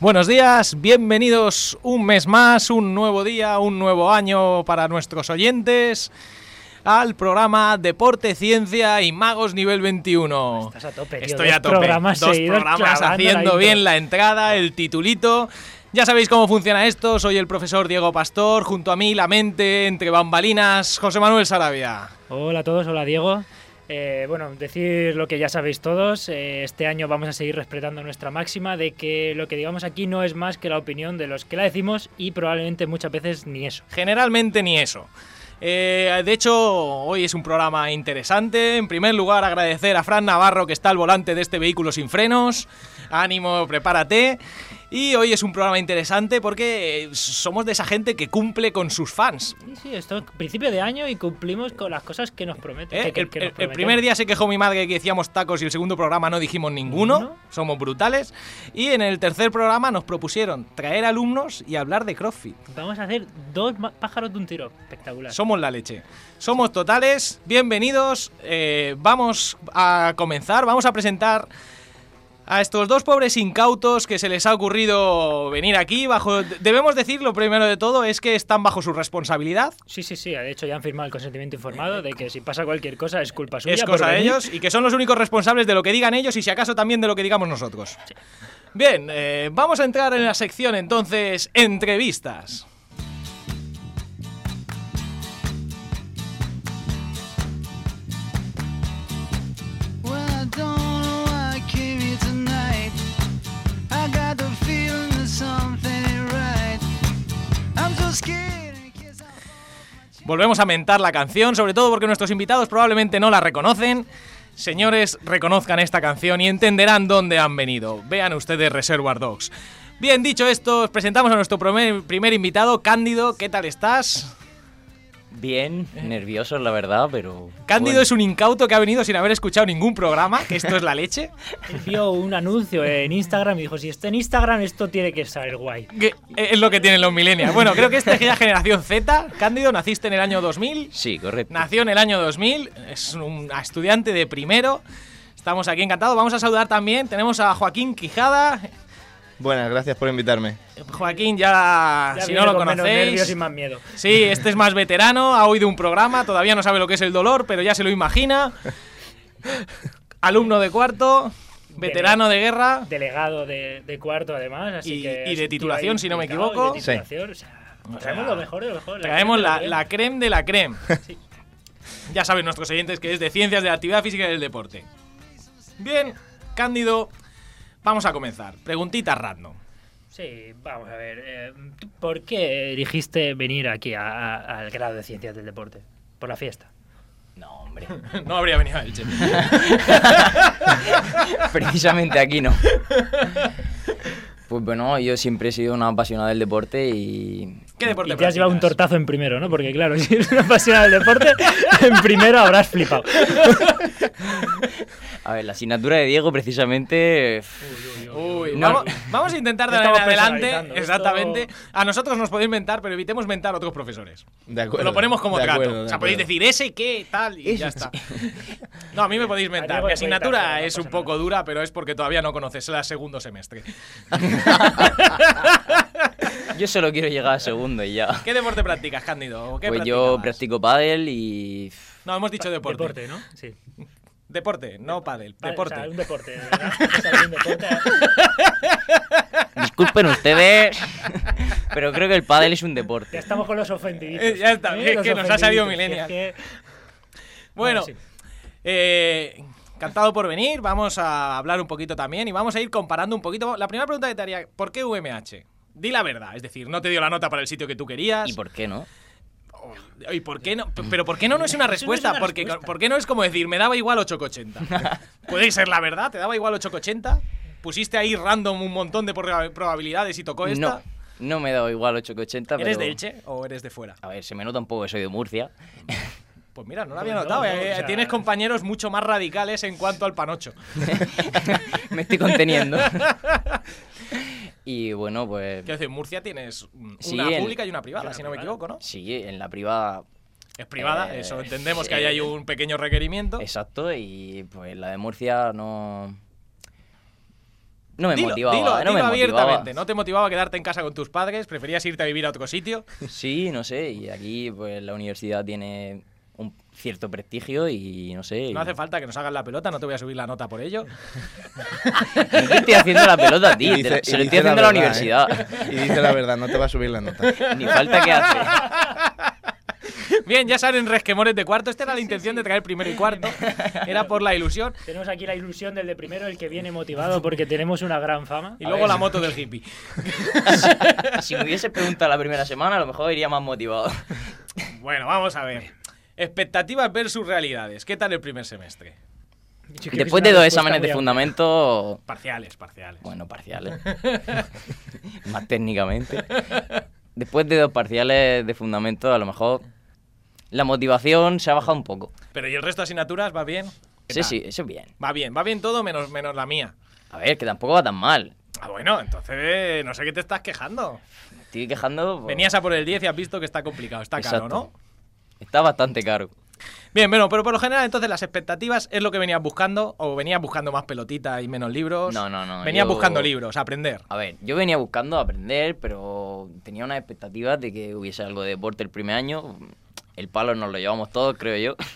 Buenos días, bienvenidos un mes más, un nuevo día, un nuevo año para nuestros oyentes al programa Deporte, Ciencia y Magos nivel 21. Estás a tope, tío. Estoy Dos a tope. programas Dos seguidos programas clavando haciendo la bien intro. la entrada, el titulito. Ya sabéis cómo funciona esto. Soy el profesor Diego Pastor. Junto a mí, la mente, entre bambalinas, José Manuel Sarabia. Hola a todos, hola Diego. Eh, bueno, decir lo que ya sabéis todos, eh, este año vamos a seguir respetando nuestra máxima de que lo que digamos aquí no es más que la opinión de los que la decimos y probablemente muchas veces ni eso. Generalmente ni eso. Eh, de hecho, hoy es un programa interesante. En primer lugar, agradecer a Fran Navarro que está al volante de este vehículo sin frenos. Ánimo, prepárate. Y hoy es un programa interesante porque eh, somos de esa gente que cumple con sus fans. Sí, sí, esto es principio de año y cumplimos con las cosas que nos prometen. ¿eh? que- que- el, que nos el- el prometen. primer día se quejó mi madre que decíamos tacos y el segundo programa no dijimos ninguno. ¿No? Somos brutales. Y en el tercer programa nos propusieron traer alumnos y hablar de CrossFit. Vamos a hacer dos ma- pájaros de un tiro. Espectacular. Somos la leche. Somos totales. Bienvenidos. eh, vamos a comenzar. Vamos a presentar a estos dos pobres incautos que se les ha ocurrido venir aquí. Bajo, debemos decir, lo primero de todo, es que están bajo su responsabilidad. Sí, sí, sí. De hecho, ya han firmado el consentimiento informado de que si pasa cualquier cosa es culpa suya. Eh, es por cosa de venir. ellos y que son los únicos responsables de lo que digan ellos y si acaso también de lo que digamos nosotros. Bien, eh, vamos a entrar en la sección entonces entrevistas. Well, I don't know why I came here tonight. I got the feeling that something ain't right. I'm so scared in case I Volvemos a mentar la canción, sobre todo porque nuestros invitados probablemente no la reconocen. Señores, reconozcan esta canción y entenderán dónde han venido. Vean ustedes Reservoir Dogs. Bien dicho esto, os presentamos a nuestro primer, primer invitado, Cándido. ¿Qué tal estás? Bien, nerviosos la verdad, pero... Eh. Cándido bueno. es un incauto que ha venido sin haber escuchado ningún programa, que esto es la leche. Él vio un anuncio en Instagram y dijo, si está en Instagram esto tiene que salir guay. que es lo que tienen los millennials. Bueno, creo que esta es ya generación Z. Cándido, naciste en el año 2000. Sí, correcto. Nació en el año 2000, es un estudiante de primero. Estamos aquí encantados. Vamos a saludar también. Tenemos a Joaquín Quijada. Buenas, gracias por invitarme. Joaquín, ya, Ya Ah, si viene no lo con menos nervios conocéis. y más miedo. Sí, este es más veterano, ha oído un programa, todavía no sabe lo que es el dolor, pero ya se lo imagina. Alumno de cuarto, veterano de guerra. Delegado de, de cuarto además, así Y- que... y de titulación, si no me implicado, equivoco. y de Sí. titulación, o sea, traemos lo mejor de lo mejor. Traemos la, crema de la crema. creme de la creme. Ya saben nuestros oyentes que es de ciencias de la actividad física y del deporte. Bien, Cándido, vamos a comenzar. Preguntita random. Sí, vamos a ver. eh, ¿tú ¿Por qué eligiste venir aquí a- a- al grado de Ciencias del Deporte? Por la fiesta. No, hombre. No habría venido a Elche. Precisamente aquí no. Pues bueno, yo siempre he sido una apasionada del deporte y... ¿Qué deporte y te has llevado un practicas? tortazo en primero, ¿no? Porque claro, si eres una apasionada del deporte, en primero habrás flipado. A ver, la asignatura de Diego precisamente... eh, Uy, No. vamos, vamos a intentar de ahora Estamos en adelante. personalizando. Exactamente. Esto- A nosotros nos podéis mentar, pero evitemos mentar a otros profesores. De acuerdo. Lo ponemos como de trato. acuerdo, de o sea, podéis acuerdo. decir ese, qué, tal, y ya está. No, a mí me podéis A mentar. Diego Mi le puede asignatura dar, no es pasa un poco dura, pero es porque todavía no conoces la segundo semestre. Yo solo quiero llegar a segundo y ya. ¿Qué deporte practicas, Cándido? ¿O qué Pues yo practicabas? practico pádel y... No, hemos dicho deporte. Deporte, Deporte, ¿no? Sí. no pádel. Vale, Deporte. O sea, un deporte, de verdad. O sea, un deporte. Disculpen ustedes, pero creo que el pádel es un Ya deporte. estamos con los ofendiditos. Eh, ya está, es Los que nos ha salido ofendiditos, millennial. que es que- bueno, Bueno, sí. eh, encantado por venir. Vamos a hablar un poquito también y vamos a ir comparando un poquito. La primera pregunta que te haría, ¿por qué UMH? Di la verdad, es decir, no te dio la nota para el sitio que tú querías. ¿Y por qué no? ¿Y por qué no? P- Pero ¿por qué no no es una Eso no es respuesta? una porque, respuesta. ¿Por qué no es como decir, me daba igual 8,80? Puede ser la verdad, te daba igual 8,80. Pusiste ahí random un montón de proba- probabilidades y tocó Pues esta. No, no me he dado igual 8,80, pero... ¿Eres de Elche o eres de fuera? A ver, se me nota un poco que soy de Murcia. Pues mira, no lo había Pues no, notado. no, eh. o sea- Tienes compañeros mucho más radicales en cuanto al panocho. me estoy conteniendo. y bueno, pues... Quiero decir, en Murcia tienes mm, Sí, una el- pública y una privada, si no me equivoco, ¿no? Sí, en la privada, Es privada, Eh, eso entendemos que sí. ahí hay un pequeño requerimiento. exacto, y pues la de Murcia no... No me dilo, motivaba, dilo, no me dilo motivaba. abiertamente. ¿No te eh, motivaba quedarte en casa con tus padres? ¿Preferías irte a vivir a otro sitio? Sí, no sé, y aquí pues la universidad tiene un cierto prestigio y no sé. No hace falta que nos hagas la pelota, no te voy a subir la nota por ello. Yo te estoy haciendo la pelota a ti, Y te la- dice- se y lo dice estoy haciendo a la verdad, universidad. ¿eh? Y dice la verdad, no te va a subir la nota. Ni falta que hace. Bien, ya salen resquemores de cuarto. Esta era la intención de traer primero y cuarto. Era por la ilusión. Tenemos aquí la ilusión del de primero, el que viene motivado porque tenemos una gran fama. Y A luego ver. la moto del hippie. Si me hubiese preguntado la primera semana, a lo mejor iría más motivado. Bueno, vamos a ver. Expectativas versus realidades. ¿Qué tal el primer semestre? Yo creo que pues es Después una de dos respuesta exámenes muy de amplia. fundamento, Parciales, parciales. bueno, parciales, más técnicamente. Después de dos parciales de fundamento, a lo mejor la motivación se ha bajado un poco. Pero ¿y el resto de asignaturas va bien? ¿Qué Sí, tal? sí, eso es bien. Va bien, va bien todo menos, menos la mía. A ver, que tampoco va tan mal. Ah, bueno, entonces no sé qué te estás quejando. Me estoy quejando. pues, Venías a por el 10 y has visto que está complicado, está caro, Exacto. ¿no? Está bastante caro. Bien, bueno, pero por lo general entonces las expectativas es lo que venías buscando o venías buscando más pelotitas y menos libros. No, no, no, Venías yo- buscando libros, aprender. A ver, yo venía buscando aprender, pero tenía unas expectativas de que hubiese algo de deporte el primer año. El palo nos lo llevamos todos, creo yo.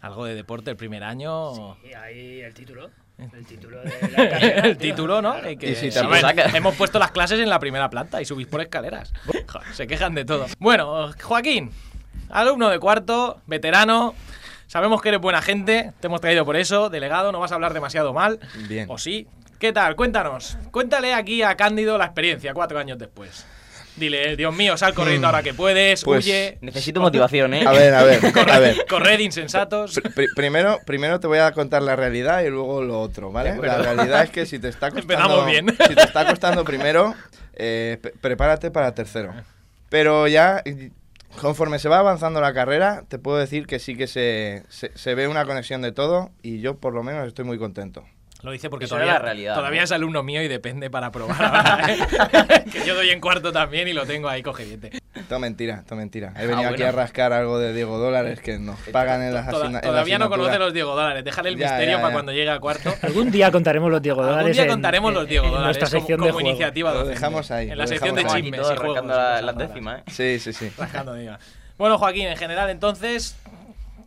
Algo de deporte el primer año. Y ahí el título. El título de la carrera, el tío. título, ¿no? Y que- Y si te A ver, apuras- hemos puesto las clases en la primera planta y subís por escaleras. Joder, se quejan de todo. Bueno, Joaquín, alumno de cuarto, veterano. Sabemos que eres buena gente, te hemos traído por eso, delegado, no vas a hablar demasiado mal. Bien. ¿O sí? ¿Qué tal? Cuéntanos. Cuéntale aquí a Cándido la experiencia cuatro años después. Dile, "Eh, Dios mío, sal corriendo ahora que puedes, Pues, huye, Necesito motivación, ¿eh? A ver, a ver, a ver. corred insensatos. Pri- primero, primero te voy a contar la realidad y luego lo otro, ¿vale? La realidad es que si te está costando, Empezamos bien. si te está costando primero, eh, pe- prepárate para tercero. Pero ya, y- conforme se va avanzando la carrera, te puedo decir que sí que se, se, se ve una conexión de todo y yo por lo menos estoy muy contento. Lo dice porque Eso todavía, era la realidad, todavía ¿no? es alumno mío y depende para probar ahora, ¿eh? que yo doy en cuarto también y lo tengo ahí cogediente. Esto es mentira, esto es mentira. He venido Ah, aquí a bueno. rascar algo de Diego Dólares que nos pagan en las Toda- asigna- en la Eh, todavía no asignatura. conoce los Diego Dólares, déjale el Ya, misterio ya, para ya. cuando llegue a cuarto. Algún día contaremos los Diego Algún Dólares. día en- contaremos en- los Diego en Dólares nuestra como- sección como, de juego. iniciativa Lo docente. dejamos ahí, En lo la sección de dejamos ahí. Aquí chismes todos y juegos. arrancando la- las décimas, ¿eh? Sí, sí, sí. Rascando, diga. Bueno, Joaquín, en general entonces,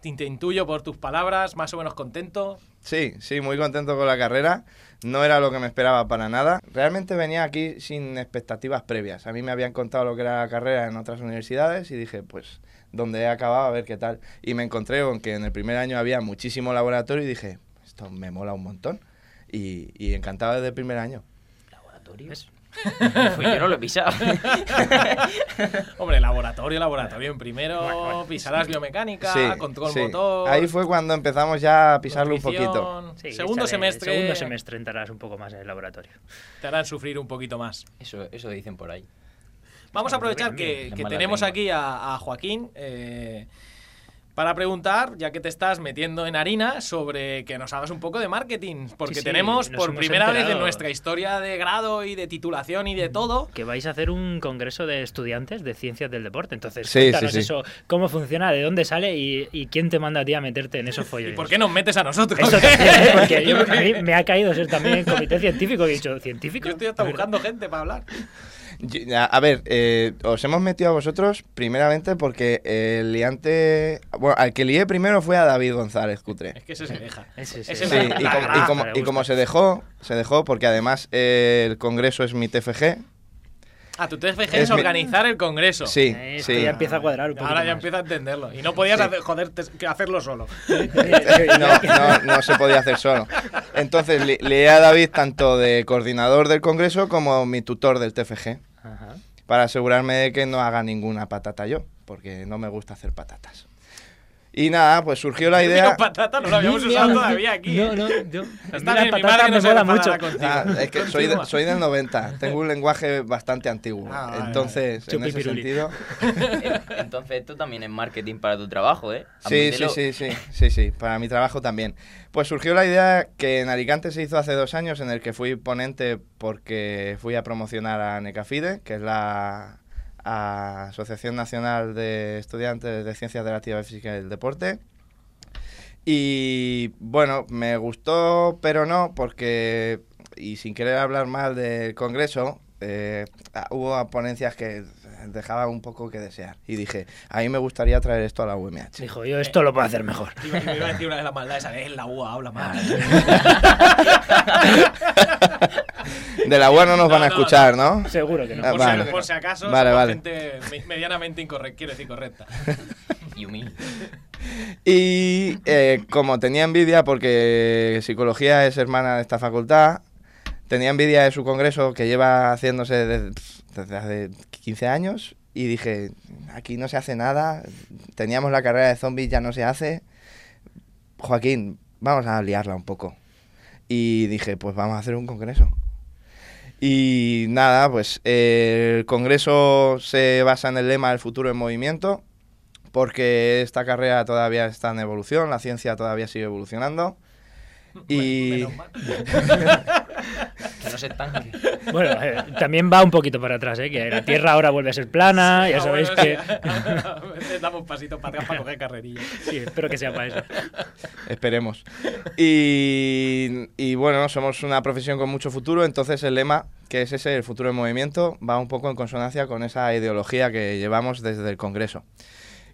te te intuyo por tus palabras, más o menos contento. Sí, sí, muy contento con la carrera. No era lo que me esperaba para nada. Realmente venía aquí sin expectativas previas. A mí me habían contado lo que era la carrera en otras universidades y dije, pues, donde he acabado, a ver qué tal. Y me encontré con que en el primer año había muchísimo laboratorio y dije, esto me mola un montón. Y, y encantado desde el primer año. ¿Laboratorios? Pues yo no lo he pisado. Hombre, laboratorio, laboratorio en primero, pisarás biomecánica, control sí. motor. Ahí fue cuando empezamos ya a pisarlo un nutrición. poquito. Sí, segundo esta de- semestre. Segundo semestre entrarás un poco más en el laboratorio. Te harán sufrir un poquito más. Eso, eso dicen por ahí. Vamos a aprovechar Las que, que malas tenemos lenguas. aquí a, a Joaquín eh, para preguntar, ya que te estás metiendo en harina, sobre que nos hagas un poco de marketing. Porque Sí, sí, tenemos nos por hemos primera vez en enterado. Mm. nuestra historia de grado y de titulación y de todo. Que vais a hacer un congreso de estudiantes de ciencias del deporte. Entonces, Sí, cuéntanos sí, sí. eso, cómo funciona, de dónde sale y, y quién te manda a ti a meterte en esos ¿Y folletos. por qué nos metes a nosotros? Eso también, ¿eh? porque yo, a mí me ha caído ser también en comité científico. He dicho, ¿científico? Yo estoy hasta buscando gente para hablar. Yo- A a ver, eh, os hemos metido a vosotros primeramente porque el liante... Bueno, al que lié primero fue a David González Cutre. Es que ese se deja. Ese, Ese sí. es Sí, la- y, la como- y grasa, como, y como se dejó, se dejó porque además eh, el congreso es mi TFG. Ah, tu TFG es, Es mi- organizar el congreso. Sí, Eh, Esto sí. ya empieza a cuadrar un poco. Ahora ya empieza a entenderlo. Y no podías hacer- joderte- que hacerlo solo. No, no, no se podía hacer solo. Entonces li- lié a David tanto de coordinador del congreso como mi tutor del TFG Ajá. para asegurarme de que no haga ninguna patata yo, porque no me gusta hacer patatas. Y nada, pues surgió la idea... Pero patata no lo habíamos usado todavía aquí. ¿eh? No, no, yo. A mí Está la bien, mi patata madre me no se mola enfadará mucho. contigo. Ah, es que soy, de- Continúa. soy del 90, tengo un lenguaje bastante antiguo. Ah, vale, Entonces, vale. en ese Chupipiruli. sentido. Entonces, esto también es marketing para tu trabajo, ¿eh? Sí, sí, Admítelo. sí, sí, sí, sí, para mi trabajo también. Pues surgió la idea que en Alicante se hizo hace dos años, en el que fui ponente porque fui a promocionar a NECAFIDE, que es la a- Asociación Nacional de Estudiantes de Ciencias de la Actividad Física y el Deporte. Y bueno, me gustó, pero no, porque y sin querer hablar mal del Congreso, eh, ah, hubo ponencias que dejaban un poco que desear. Y dije, a mí me gustaría traer esto a la UMH. Dijo, yo esto lo puedo hacer mejor. Iba, iba a decir una de las maldades, a la UA habla mal. De la UA no nos No, van a no, escuchar, ¿no? Seguro que no. Ah, Por, vale. si, por si acaso, Vale, somos vale. gente me- medianamente incorrecta, quiero decir correcta. Y humilde. Y eh, como tenía envidia, porque psicología es hermana de esta facultad, tenía envidia de su congreso que lleva haciéndose desde, desde hace 15 años y dije, aquí no se hace nada, teníamos la carrera de zombies, ya no se hace. Joaquín, vamos a liarla un poco. Y dije, pues vamos a hacer un congreso. Y nada, pues eh, el congreso se basa en el lema El futuro en movimiento, porque esta carrera todavía está en evolución, la ciencia todavía sigue evolucionando. Y Menos mal. Que no se estanque. Bueno, eh, también va un poquito para atrás, ¿eh? que la Tierra ahora vuelve a ser plana, ya Ah, sabéis bueno, que... sí. Damos un pasito para atrás para coger carrerilla. Sí, espero que sea para eso. esperemos. Y, y bueno, somos una profesión con mucho futuro, entonces el lema, que es ese, el futuro en movimiento, va un poco en consonancia con esa ideología que llevamos desde el Congreso,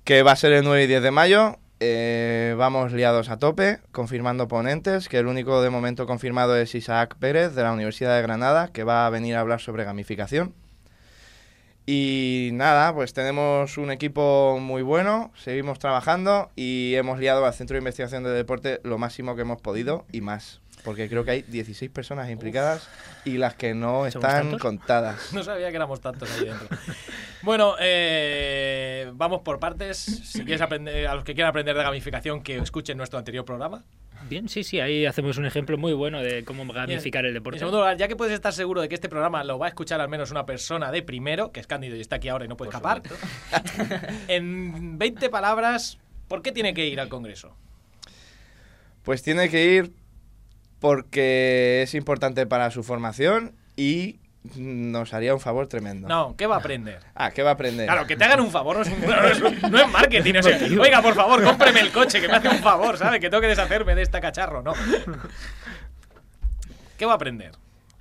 que va a ser el 9 y 10 de mayo. eh, vamos liados a tope, confirmando ponentes, que el único de momento confirmado es Isaac Pérez de la Universidad de Granada, que va a venir a hablar sobre gamificación. Y nada, pues tenemos un equipo muy bueno, seguimos trabajando y hemos liado al Centro de Investigación de Deporte lo máximo que hemos podido y más. Porque creo que hay 16 personas implicadas y las que no ¿Somos están tantos? contadas. No sabía que éramos tantos ahí dentro. Bueno, eh, vamos por partes. Si quieres aprender, a los que quieran aprender de gamificación, que escuchen nuestro anterior programa. Bien, sí, sí, ahí hacemos un ejemplo muy bueno de cómo gamificar el En deporte. segundo lugar, ya que puedes estar seguro de que este programa lo va a escuchar al menos una persona de primero, que es Cándido y está aquí ahora y no puede escapar, en 20 palabras, ¿por qué tiene que ir al Congreso? Pues tiene que ir porque es importante para su formación y nos haría un favor tremendo. No, Eh. ¿qué va a aprender? Ah, ¿qué va a aprender? Claro, que te hagan un favor, no es, un- no es- no es marketing. o sea, Oiga, por favor, cómpreme el coche, que me hace un favor, ¿sabes? Que tengo que deshacerme de esta cacharro, ¿no? ¿Qué va a aprender?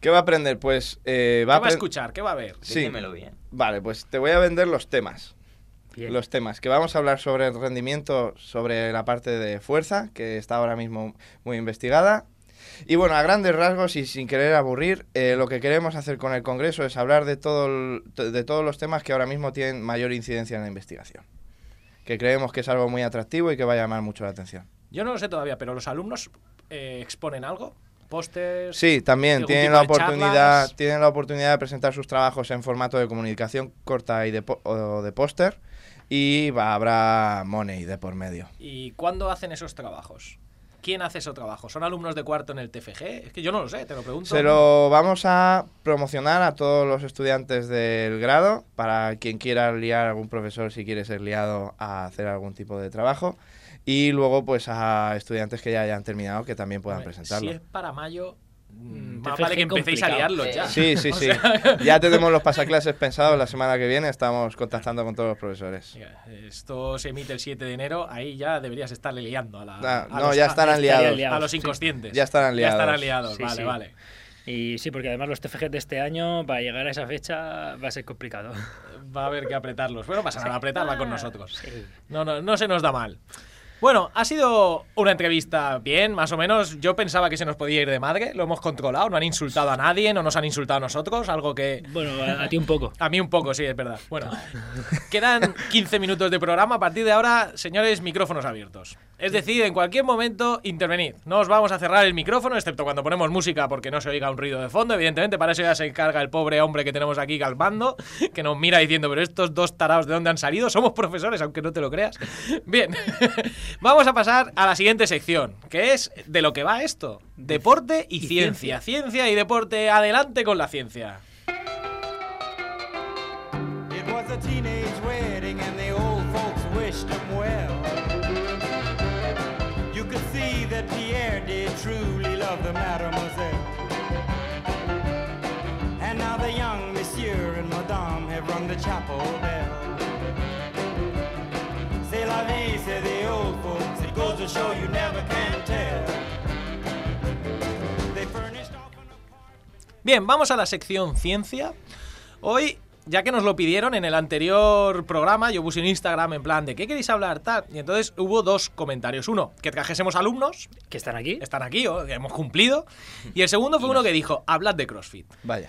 ¿Qué va a aprender? Pues eh, ¿Qué va a apren- escuchar? ¿Qué va a ver? Sí. Dímelo bien. Vale, pues te voy a vender los temas. Bien. los temas que vamos a hablar sobre el rendimiento, sobre la parte de fuerza, que está ahora mismo muy investigada. Y bueno, a grandes rasgos y sin querer aburrir, eh, lo que queremos hacer con el Congreso es hablar de, todo el- to- de todos los temas que ahora mismo tienen mayor incidencia en la investigación, que creemos que es algo muy atractivo y que va a llamar mucho la atención. Yo no lo sé todavía, pero los alumnos eh, exponen algo, pósters. Sí, también algún tienen tipo la de oportunidad, charlas. tienen la oportunidad de presentar sus trabajos en formato de comunicación corta y de, po- o de póster y va- habrá money de por medio. ¿Y cuándo hacen esos trabajos? ¿Quién hace esos trabajos? ¿Son alumnos de cuarto en el TFG? Es que yo no lo sé, te lo pregunto. Se lo vamos a promocionar a todos los estudiantes del grado, para quien quiera liar a algún profesor si quiere ser liado a hacer algún tipo de trabajo. Y luego, pues a estudiantes que ya hayan terminado que también puedan Hombre, presentarlo. Si es para mayo, mm, Mm, más TFG vale que empecéis a complicado. liarlos ya. Sí, sí, sí. Ya tenemos los pasaclases pensados la semana que viene, estamos contactando con todos los profesores. Mira, Esto se emite el 7 de enero, ahí ya deberías estarle liando a la. Ah, a no, ya estarán a- liados. A los Sí. inconscientes. Ya estarán liados. Ya estarán liados, Sí, vale, sí. vale. Y sí, porque además los TFG de este año, para llegar a esa fecha, va a ser complicado. Va a haber que apretarlos. Bueno, pasa nada, apretarla con nosotros. Sí. No, no, no se nos da mal. Bueno, ha sido una entrevista bien, más o menos. Yo pensaba que se nos podía ir de madre, lo hemos controlado, no han insultado a nadie, no nos han insultado a nosotros, algo que... Bueno, a, a ti un poco. A mí un poco, sí, es verdad. Bueno, quedan 15 minutos de programa. A partir de ahora, señores, micrófonos abiertos. Es decir, en cualquier momento intervenid. No os vamos a cerrar el micrófono, excepto cuando ponemos música porque no se oiga un ruido de fondo. Evidentemente, para eso ya se encarga el pobre hombre que tenemos aquí calmando, que nos mira diciendo, pero estos dos tarados de dónde han salido, somos profesores, aunque no te lo creas. Bien, vamos a pasar a la siguiente sección, que es de lo que va esto. Deporte y, ciencia. Ciencia y deporte, adelante con la ciencia. It was a teenage wedding and the old folks wished him well. You could see that Pierre did truly love the mademoiselle. And now the young monsieur and madame have rung the chapel bell. C'est la vie, say the old folks. It goes to show you never can tell. They furnished off an apartment. Bien, vamos a la sección ciencia. Hoy, ya que nos lo pidieron en el anterior programa, yo puse en Instagram en plan de ¿qué queréis hablar? Tal. Y entonces hubo dos comentarios. Uno, que trajésemos alumnos, ¿Que están aquí? están aquí, oh, que hemos cumplido. Y el segundo fue uno que dijo, hablad de CrossFit. Vaya.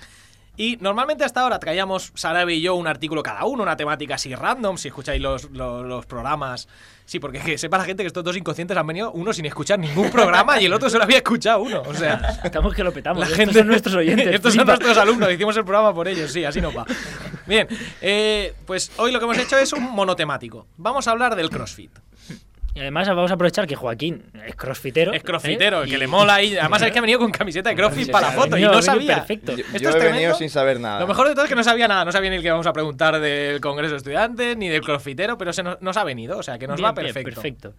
Y normalmente hasta ahora traíamos Sarabe y yo un artículo cada uno, una temática así random, si escucháis los, los- los programas. Sí, porque que sepa la gente que estos dos inconscientes han venido uno sin escuchar ningún programa y el otro solo había escuchado uno. O sea, Estamos que lo petamos. la Estos gente. son nuestros oyentes. Estos son flipa. nuestros alumnos, hicimos el programa por ellos, sí, así nos va. Bien, eh, pues hoy lo que hemos hecho es un monotemático. Vamos a hablar del CrossFit. Y además vamos a aprovechar que Joaquín es crossfitero. Es crossfitero, ¿eh? que Y- Ah, le mola y además es que ha venido con camiseta de CrossFit para la foto y Venido- no venido sabía. Perfecto. Ah. Yo, Esto yo es he venido tremendo. sin saber nada. Lo mejor de todo es que no sabía nada, no sabía ni el que vamos a preguntar del Congreso de Estudiantes, ni del Crossfitero, pero se nos, nos ha venido, o sea que nos Bien, va bien, perfecto. perfecto.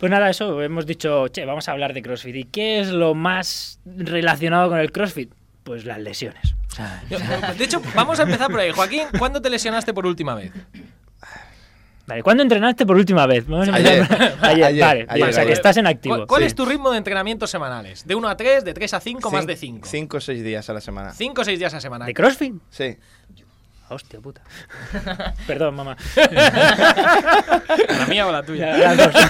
Pues nada, eso, hemos dicho, che, vamos a hablar de CrossFit. ¿Y qué es lo más relacionado con el CrossFit? Pues las lesiones. O sea, Yo- De hecho, vamos a empezar por ahí. Joaquín, ¿cuándo te lesionaste por última vez? vale, ¿cuándo entrenaste por última vez? Vamos a Ayer. empezar por- ayer, Ayer, vale, ayer, o sea, que ayer. estás en activo. ¿Cuál, cuál Sí. es tu ritmo de entrenamientos semanales? ¿De 1 a 3, de 3 a 5, más Cin- de 5? Cinco o seis días a la semana. 5 o 6 días a semana. ¿De CrossFit? Sí. Hostia puta. Perdón, mamá. ¿La mía o la Ya, tuya? las dos.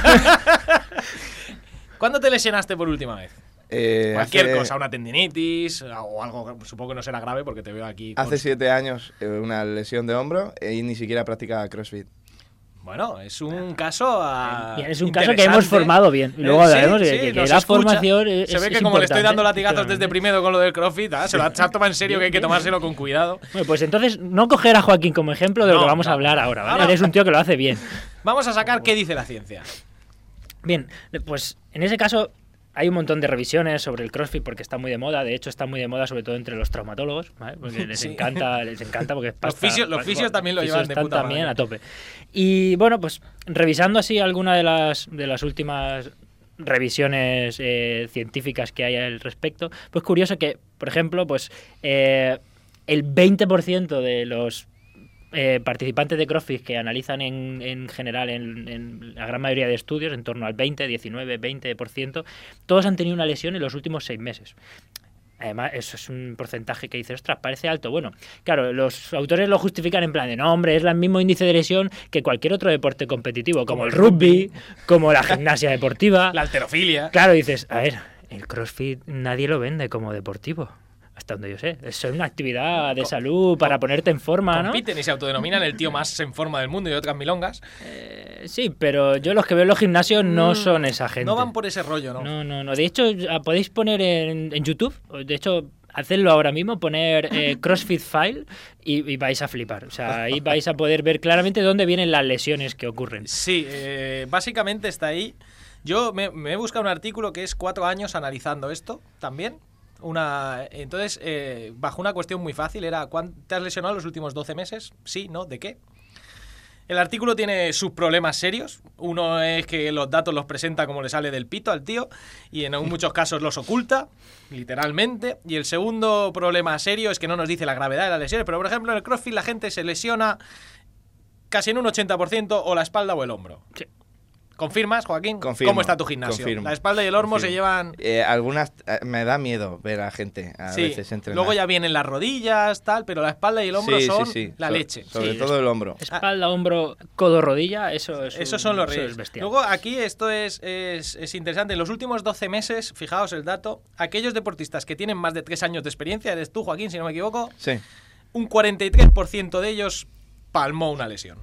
¿Cuándo te lesionaste por última vez? Eh, Cualquier hace- cosa, una tendinitis o algo, supongo que no será grave porque te veo aquí. con- Hace siete años eh, una lesión de hombro eh, y ni siquiera practicaba CrossFit. Bueno, es un caso a- Bien, es un caso que hemos interesante. formado bien. Y luego Eh, hablaremos de que nos la escucha. formación es- Se ve es que como le estoy importante, dando latigazos desde efectivamente. primero con lo del CrossFit, ah, se lo ha se ha tomado en serio que hay que tomárselo con cuidado. Bueno, pues entonces no coger a Joaquín como ejemplo de lo No, que vamos a no. hablar ahora, ¿vale? Ahora- Eres un tío que lo hace bien. Vamos a sacar qué dice la ciencia. Bien, pues en ese caso hay un montón de revisiones sobre el CrossFit porque está muy de moda. De hecho, está muy de moda sobre todo entre los traumatólogos, ¿vale? Porque les Sí. encanta, les encanta porque es pasta- fisios- los pa- fisios bueno, también lo fisios llevan de están puta madre. también a tope. Y bueno, pues revisando así alguna de las de las últimas revisiones eh, científicas que hay al respecto, pues curioso que, por ejemplo, pues eh, el 20% de los eh, participantes de CrossFit que analizan en, en general en, en la gran mayoría de estudios, en torno al 20, 19, 20%, todos han tenido una lesión en los últimos seis meses. Además, eso es un porcentaje que dice, ostras, parece alto. Bueno, claro, los autores lo justifican en plan de, no, hombre, es el mismo índice de lesión que cualquier otro deporte competitivo, como, el rugby, como la gimnasia deportiva. La alterofilia. Claro, dices, a ver, el CrossFit nadie lo vende como deportivo. Hasta donde yo sé. Es una actividad de Co- salud para ponerte en forma, ¿no? Compiten y se autodenominan el tío más en forma del mundo y otras milongas. Eh, Sí, pero yo los que veo en los gimnasios no son esa gente. Mm, No van por ese rollo, ¿no? No, no, no. De hecho, a- podéis poner en, en YouTube, o de hecho, hacedlo ahora mismo, poner eh, CrossFit File y, y vais a flipar. O sea, ahí vais a poder ver claramente dónde vienen las lesiones que ocurren. Sí, eh, básicamente está ahí. Yo me, me he buscado un artículo que es cuatro años analizando esto también. Una, entonces, eh, bajo una cuestión muy fácil, era ¿cuán- ¿te has lesionado los últimos 12 meses? Sí, no, ¿de qué? El artículo tiene sus problemas serios. Uno es que los datos los presenta como le sale del pito al tío y en muchos casos los oculta, literalmente. Y el segundo problema serio es que no nos dice la gravedad de las lesiones. Pero, por ejemplo, en el CrossFit la gente se lesiona casi en un 80% o la espalda o el hombro. Sí. ¿Confirmas, Joaquín? Confirmo, ¿Cómo está tu gimnasio? confirmo. la espalda y el hombro se Confirmo. llevan... Eh, algunas eh, me da miedo ver a gente a Sí. veces entrenar. Luego ya vienen las rodillas, tal, pero la espalda y el hombro Sí, sí, son sí. la So- leche. Sobre Sí, todo el hombro. Espalda, hombro, codo, rodilla, eso es. Esos un- son los eso reyes. es bestial. Luego aquí esto es, es, es interesante. En los últimos 12 meses, fijaos el dato, aquellos deportistas que tienen más de 3 años de experiencia, eres tú Joaquín, si no me equivoco, Sí. un 43% de ellos palmó una lesión.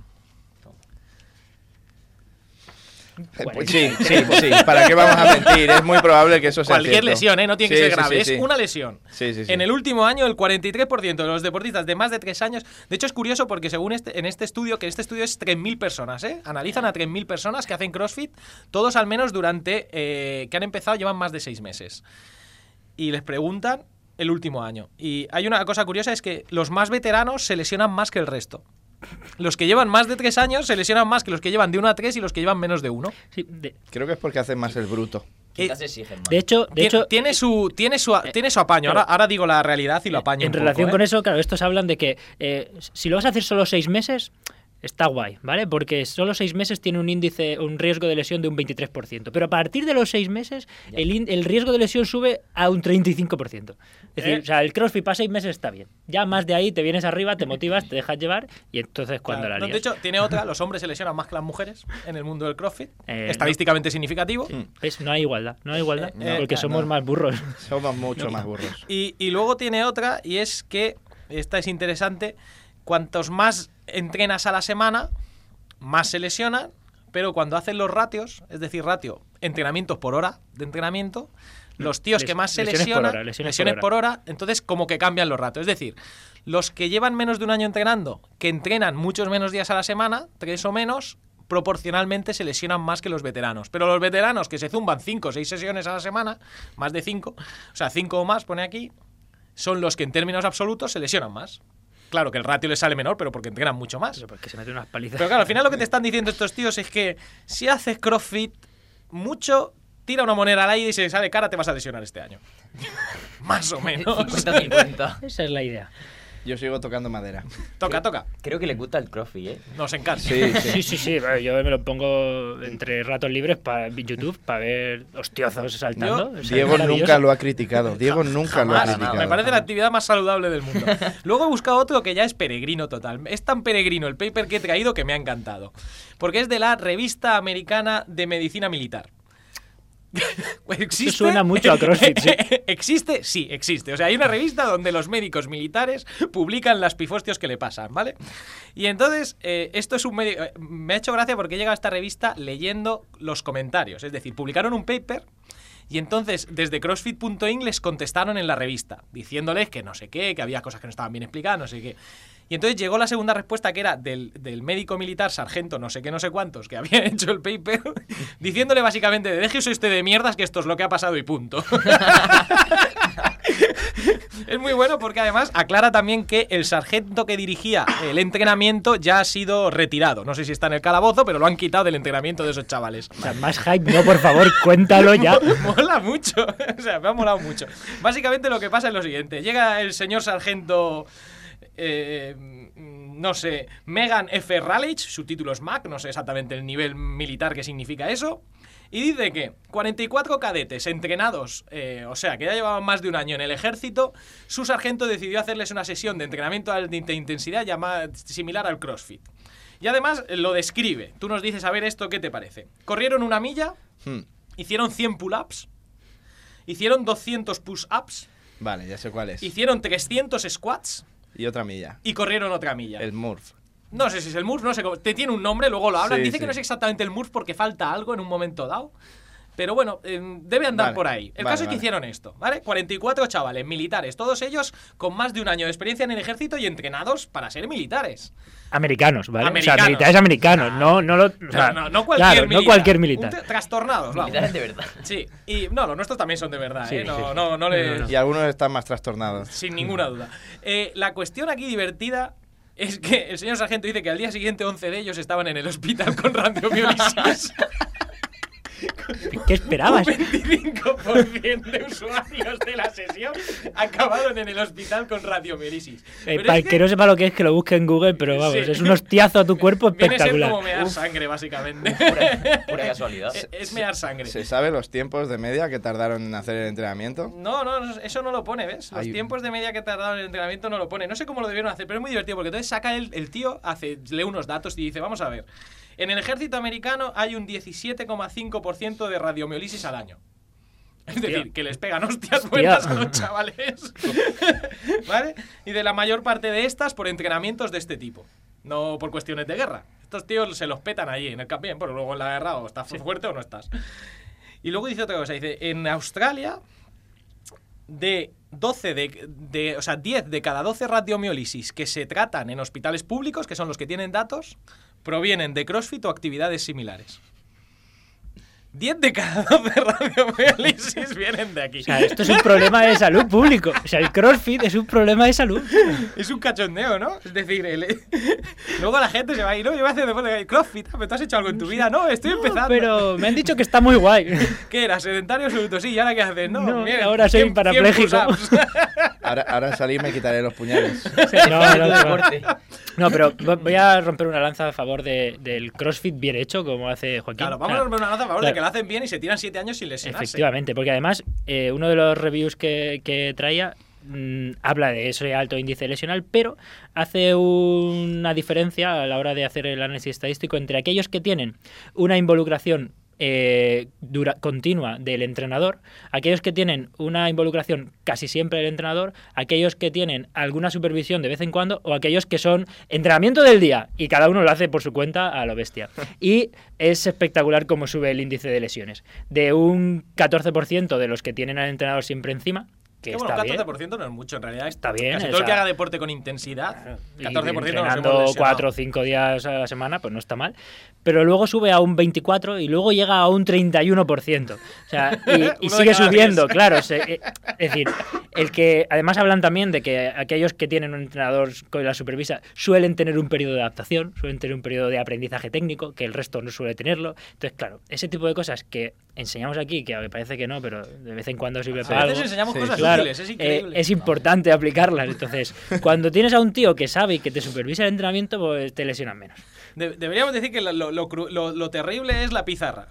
Eh, pues sí, sí, sí. ¿Para qué vamos a mentir? Es muy probable que eso sea Cualquier cierto. lesión, ¿eh? no tiene Sí, que ser sí, grave, sí, es sí. una lesión. Sí, sí, sí. En el último año, el 43% de los deportistas de más de 3 años. De hecho, es curioso porque según este, en este estudio, que este estudio es 3.000 personas, ¿eh? Analizan a 3.000 personas que hacen CrossFit, todos al menos durante. eh, que han empezado, llevan más de 6 meses. Y les preguntan el último año. Y hay una cosa curiosa: es que los más veteranos se lesionan más que el resto. Los que llevan más de 3 años se lesionan más que los que llevan de 1 a 3 y los que llevan menos de 1. Sí, de, Creo que es porque hace más el bruto. Quizás exigen más. de hecho, de Tien- hecho eh, tiene su tiene su tiene su apaño. Ahora, ahora digo la realidad y lo apaño. en un relación poco, con ¿eh? eso, claro, estos hablan de que eh, si lo vas a hacer solo seis meses, está guay, ¿vale? Porque solo seis meses tiene un índice, un riesgo de lesión de un 23%. Pero a partir de los seis meses, Ya. el, in- el riesgo de lesión sube a un 35%. Es decir, Eh. o sea, el crossfit para seis meses está bien. Ya más de ahí te vienes arriba, te motivas, te dejas llevar y entonces cuando Claro. la No, lías. de hecho, tiene otra, los hombres se lesionan más que las mujeres en el mundo del CrossFit, Eh, estadísticamente significativo. ¿Ves? No hay igualdad, no hay igualdad, Eh, eh, porque ah, somos no. más burros. Somos mucho más burros. Y, y luego tiene otra, y es que, esta es interesante, cuantos más entrenas a la semana, más se lesionan, pero cuando hacen los ratios, es decir, ratio, entrenamientos por hora de entrenamiento, los tíos Les- que más se lesiones lesionan, por hora, lesiones por hora. por hora, entonces como que cambian los ratios. Es decir, los que llevan menos de un año entrenando, que entrenan muchos menos días a la semana, tres o menos, proporcionalmente se lesionan más que los veteranos. Pero los veteranos que se zumban cinco o seis sesiones a la semana, más de cinco, o sea, cinco o más, pone aquí, son los que en términos absolutos se lesionan más. Claro que el ratio les sale menor, pero porque entrenan mucho más. Pero porque se meten unas palizas. Pero claro, al final lo que te están diciendo estos tíos es que si haces crossfit mucho, tira una moneda al aire y se sale cara, te vas a lesionar este año. Más o Eh, menos. 50-50. Esa es la idea. Yo sigo tocando madera. toca, toca. Creo que le gusta el crossfit, ¿eh? Nos encanta. Sí, sí, sí. bueno, Yo me lo pongo entre ratos libres para YouTube para ver hostiozos saltando. o sea, Diego es maravilloso. nunca lo ha criticado. Diego nunca lo ha Jamás. criticado. Me parece la actividad más saludable del mundo. Luego he buscado otro que ya es peregrino total. Es tan peregrino el paper que he traído que me ha encantado. Porque es de la revista americana de medicina militar. ¿Existe? suena mucho a CrossFit, sí. ¿Existe? Sí, existe. O sea, hay una revista donde los médicos militares publican las pifostios que le pasan, ¿vale? Y entonces, eh, esto es un medio... eh, Me ha hecho gracia porque he llegado a esta revista leyendo los comentarios. Es decir, publicaron un paper y entonces, desde CrossFit.in les contestaron en la revista, diciéndoles que no sé qué, que había cosas que no estaban bien explicadas, no sé qué. Y entonces llegó la segunda respuesta, que era del, del médico militar, sargento, no sé qué, no sé cuántos, que había hecho el paper, diciéndole básicamente, déjese usted de mierdas, que esto es lo que ha pasado y punto. Es muy bueno porque además aclara también que el sargento que dirigía el entrenamiento ya ha sido retirado. No sé si está en el calabozo, pero lo han quitado del entrenamiento de esos chavales. O sea, más hype, no, por favor, cuéntalo ya. Mola mucho, o sea, me ha molado mucho. Básicamente lo que pasa es lo siguiente, llega el señor sargento, eh, mm, no sé, Megan F. Rallich, su título es MAC, no sé exactamente el nivel militar que significa eso, y dice que 44 cadetes entrenados, eh, o sea, que ya llevaban más de un año en el ejército, su sargento decidió hacerles una sesión de entrenamiento de alta intensidad llamada, similar al CrossFit. Y además lo describe. Tú nos dices, a ver, esto, ¿qué te parece? Corrieron una milla, Hmm, Hicieron 100 pull-ups. Hicieron 200 push-ups. Vale, ya sé cuál es. Hicieron 300 squats. Y otra milla. Y corrieron otra milla. El Murph. No sé si es el MURF, no sé cómo. Te tiene un nombre, luego lo hablan. Sí, Dice sí. que no es exactamente el MURF porque falta algo en un momento dado. Pero bueno, eh, debe andar Vale, por ahí. El caso vale, es que vale. hicieron esto, ¿vale? 44 chavales militares, todos ellos con más de un año de experiencia en el ejército y entrenados para ser militares. Americanos, ¿vale? O sea, Americanos. militares americanos, no, no lo. o sea, no, no cualquier claro, militar. no cualquier Un tra- militar. Trastornados, vamos. Militares de verdad. Sí, y no, los nuestros también son de verdad, Sí, ¿eh? No, sí. no, no les- No, no. Y algunos están más trastornados. Sin ninguna duda. Eh, la cuestión aquí divertida es que el señor sargento dice que al día siguiente 11 de ellos estaban en el hospital con radiomiólisis. ¿Qué Un esperabas? Eh, 25% de usuarios de la sesión acabaron en el hospital con radiomiólisis. Eh, Pero es para el que que no sepa lo que es, que lo busque en Google, pero vamos, Sí. es un hostiazo a tu cuerpo Viene a ser espectacular. como mear sangre, básicamente. Pura, pura casualidad. Eh, es, es mear sangre. ¿Se sabe los tiempos de media que tardaron en hacer el entrenamiento? No, no, no, eso no lo pone, ¿ves? Los Hay- tiempos de media que tardaron en el entrenamiento no lo pone. No sé cómo lo debieron hacer, pero es muy divertido porque entonces saca el, el tío, hace, lee unos datos y dice, vamos a ver, en el ejército americano hay un 17,5% de radiomiolisis al año. Es decir, que les pegan hostias buenas a los chavales. ¿Vale? Y de la mayor parte de estas por entrenamientos de este tipo, no por cuestiones de guerra. Estos tíos se los petan allí en el campeón, pero luego en la guerra o estás fuerte o no estás. Y luego dice otra cosa, dice, en Australia de 12 de, de- o sea, 10 de cada 12 radiomiólisis que se tratan en hospitales públicos, que son los que tienen datos, provienen de CrossFit o actividades similares. 10 de cada 12 radiomiólisis vienen de aquí. O sea, esto es un problema de salud público. O sea, el CrossFit es un problema de salud. Es un cachondeo, ¿no? Es decir, el- luego la gente se va a ir, no, yo voy a hacer deporte, "Ay, crossfit, ah, pero tú has hecho algo en tu vida, no, estoy empezando. Pero me han dicho que está muy guay. ¿Qué era? Sedentario absoluto, sí, ¿y ahora qué haces? No, No, mira, ahora soy un 100 parapléjico. push-ups. Ahora, ahora salí y me quitaré los puñales. No, no, no. No, pero vo- voy a romper una lanza a favor de- del CrossFit bien hecho, como hace Joaquín. Claro, vamos a Claro. darme una ¿eh? nota a favor de Claro. que lo hacen bien y se tiran 7 años sin lesionarse. Efectivamente, porque además eh, uno de los reviews que, que traía mm, habla de ese alto índice lesional, pero hace una diferencia a la hora de hacer el análisis estadístico entre aquellos que tienen una involucración eh, dura- continua del entrenador, aquellos que tienen una involucración casi siempre del entrenador, aquellos que tienen alguna supervisión de vez en cuando o aquellos que son entrenamiento del día y cada uno lo hace por su cuenta a lo bestia. Y es espectacular cómo sube el índice de lesiones. De un 14% de los que tienen al entrenador siempre encima, que Que bueno, está bien. 14% no es mucho en realidad. Está bien, Casi o todo el que sea- haga deporte con intensidad, Y 14% nos hemos entrenando lesionado. 4 o 5 días a la semana, pues no está mal. Pero luego sube a un 24 y luego llega a un 31%. O sea, y- y, Uno de sigue cada subiendo, diez. claro. se- eh, es decir, el que además hablan también de que aquellos que tienen un entrenador con la supervisa suelen tener un periodo de adaptación, suelen tener un periodo de aprendizaje técnico, que el resto no suele tenerlo. Entonces, claro, ese tipo de cosas que enseñamos aquí, que parece que no, pero de vez en cuando sirve A para veces algo. enseñamos Sí, cosas Claro, útiles, es eh, increíble. es importante aplicarlas. Entonces, cuando tienes a un tío que sabe y que te supervisa el entrenamiento, pues te lesionan menos. De- deberíamos decir que lo, lo- lo cru- lo- lo terrible es la pizarra.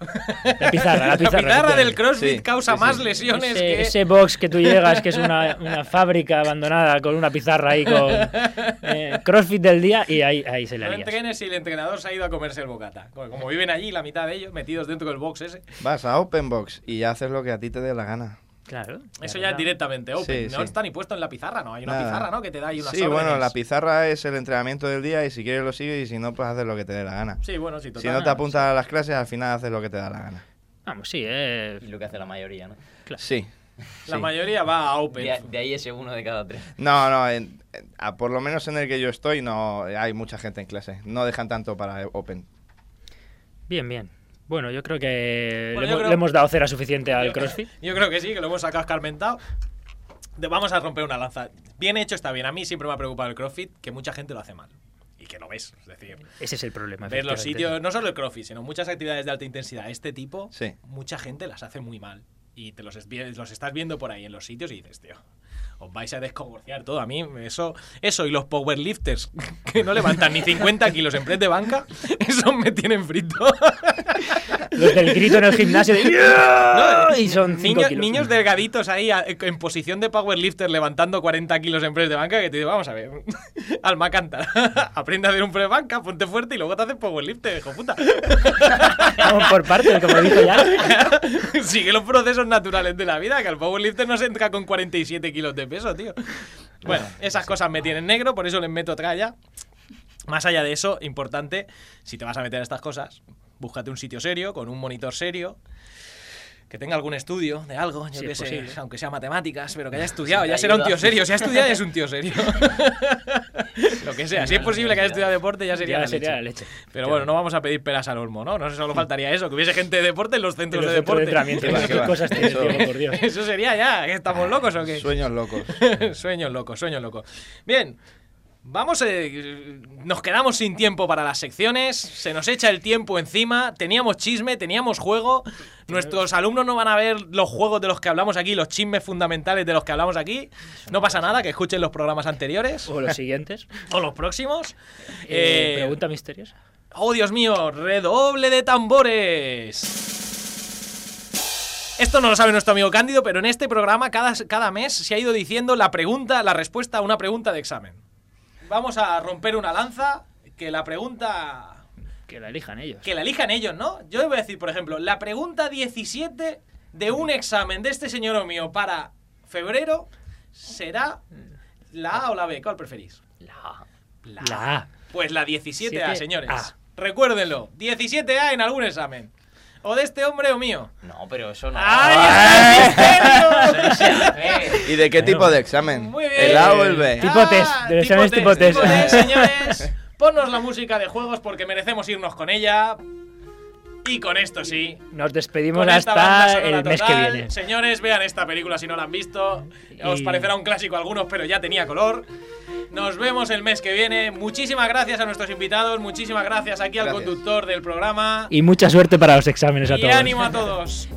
La pizarra, la pizarra. del efectivamente. CrossFit Sí, causa sí, más sí. lesiones Ese, que... ese box que tú llegas, que es una, una fábrica abandonada con una pizarra ahí con eh, CrossFit del día y ahí, ahí se No la lías. entrenes y el entrenador se ha ido a comerse el bocata. Como como viven allí, la mitad de ellos metidos dentro del box ese. Vas a Open Box y ya haces lo que a ti te dé la gana. Claro. Eso claro, ya es claro. directamente open. Sí, no sí. está ni puesto en la pizarra, ¿no? Hay una Nada. pizarra, ¿no? Que te da ahí unas Sí, bueno, órdenes. la pizarra es el entrenamiento del día y si quieres lo sigues y si no, pues haces lo que te dé la gana. Sí, bueno, sí, total. Si no te apuntas a las clases, al final haces lo que te da la gana. Vamos, sí, eh, Y lo que hace la mayoría, ¿no? Claro. Sí. La sí. mayoría va a open. De, a- de ahí ese uno de cada tres. No, no, en- en- a- por lo menos en el que yo estoy no hay mucha gente en clase. No dejan tanto para Open. bien, bien. Bueno, yo creo que Bueno, le, yo hemos- creo- le hemos dado cera suficiente al Yo- CrossFit. Yo creo que sí, que lo hemos sacado escarmentado. De- Vamos a romper una lanza. Bien hecho está bien. A mí siempre me ha preocupado el CrossFit, que mucha gente lo hace mal. Y que lo ves, es decir, Ese es el problema. ves los efectivamente. sitios, no solo el CrossFit, sino muchas actividades de alta intensidad de este tipo, Sí. mucha gente las hace muy mal. Y te los, es- los estás viendo por ahí en los sitios y dices, tío, os vais a descogorciar todo. A mí, eso, eso y los powerlifters que no levantan ni 50 kilos en press de banca, esos me tienen frito. Los del grito en el gimnasio de "¡Yeah!", No, y son cinco Niño- kilos. niños delgaditos ahí a- en posición de powerlifter levantando 40 kilos en press de banca que te digo, vamos a ver, alma canta, aprende a hacer un press de banca, ponte fuerte y luego te haces powerlifter, hijo puta. Vamos por partes, como dijo ya. Sigue los procesos naturales de la vida, que al powerlifter no se entra con 47 kilos de peso, tío. Bueno, Ah, esas cosas me tienen negro, por eso les meto tralla. Más allá de eso, importante, si te vas a meter a estas cosas, búscate un sitio serio, con un monitor serio, que tenga algún estudio de algo, yo Si qué es sé, posible. aunque sea matemáticas, pero que haya estudiado, te ya será un ayuda. tío serio, si ha estudiado ya es un tío serio. Lo que sea, si es posible que haya estudiado deporte ya sería, Ya la sería leche. la leche. Pero bueno, no vamos a pedir peras al olmo, ¿no? No sé, solo faltaría eso, que hubiese gente de deporte en los De centros los de centros de deporte. entrenamiento. Qué va, qué ¿Qué va. cosas tiene el Eso- tiempo, por Dios? Eso sería ya, que estamos locos o qué. Sueños locos. Sueños locos, sueños locos. Bien, vamos, eh, nos quedamos sin tiempo para las secciones, se nos echa el tiempo encima, teníamos chisme, teníamos juego, nuestros alumnos no van a ver los juegos de los que hablamos aquí, los chismes fundamentales de los que hablamos aquí, no pasa nada, que escuchen los programas anteriores O los siguientes. o los próximos. Eh, Eh, pregunta misteriosa. ¡Oh, Dios mío! ¡Redoble de tambores! Esto no lo sabe nuestro amigo Cándido, pero en este programa cada, cada mes se ha ido diciendo la pregunta, la respuesta a una pregunta de examen. Vamos a romper una lanza, que la pregunta... Que la elijan ellos. Que la elijan ellos, ¿no? Yo le voy a decir, por ejemplo, la pregunta 17 de un examen de este señor o mío para febrero será la A o la B. ¿Cuál preferís? La, La la A. pues la 17A, Siete señores. A. Recuérdenlo, 17A en algún examen. O de este hombre o mío. No, pero eso no. ¡Ahí está el misterio! ¿Y de qué Bueno. tipo de examen? Muy bien. Ah, ¿El A o el B? Tipo test, del examen es tipo test. señores. Ponnos la música de juegos porque merecemos irnos con ella. Y con esto sí. Nos despedimos con esta banda hasta sonora el mes que total. viene. Señores, vean esta película si no la han visto. Os Y- parecerá un clásico a algunos, pero ya tenía color. Nos vemos el mes que viene. Muchísimas gracias a nuestros invitados, muchísimas gracias aquí al Gracias. conductor del programa. Y mucha suerte para los exámenes a Y todos. ánimo a todos.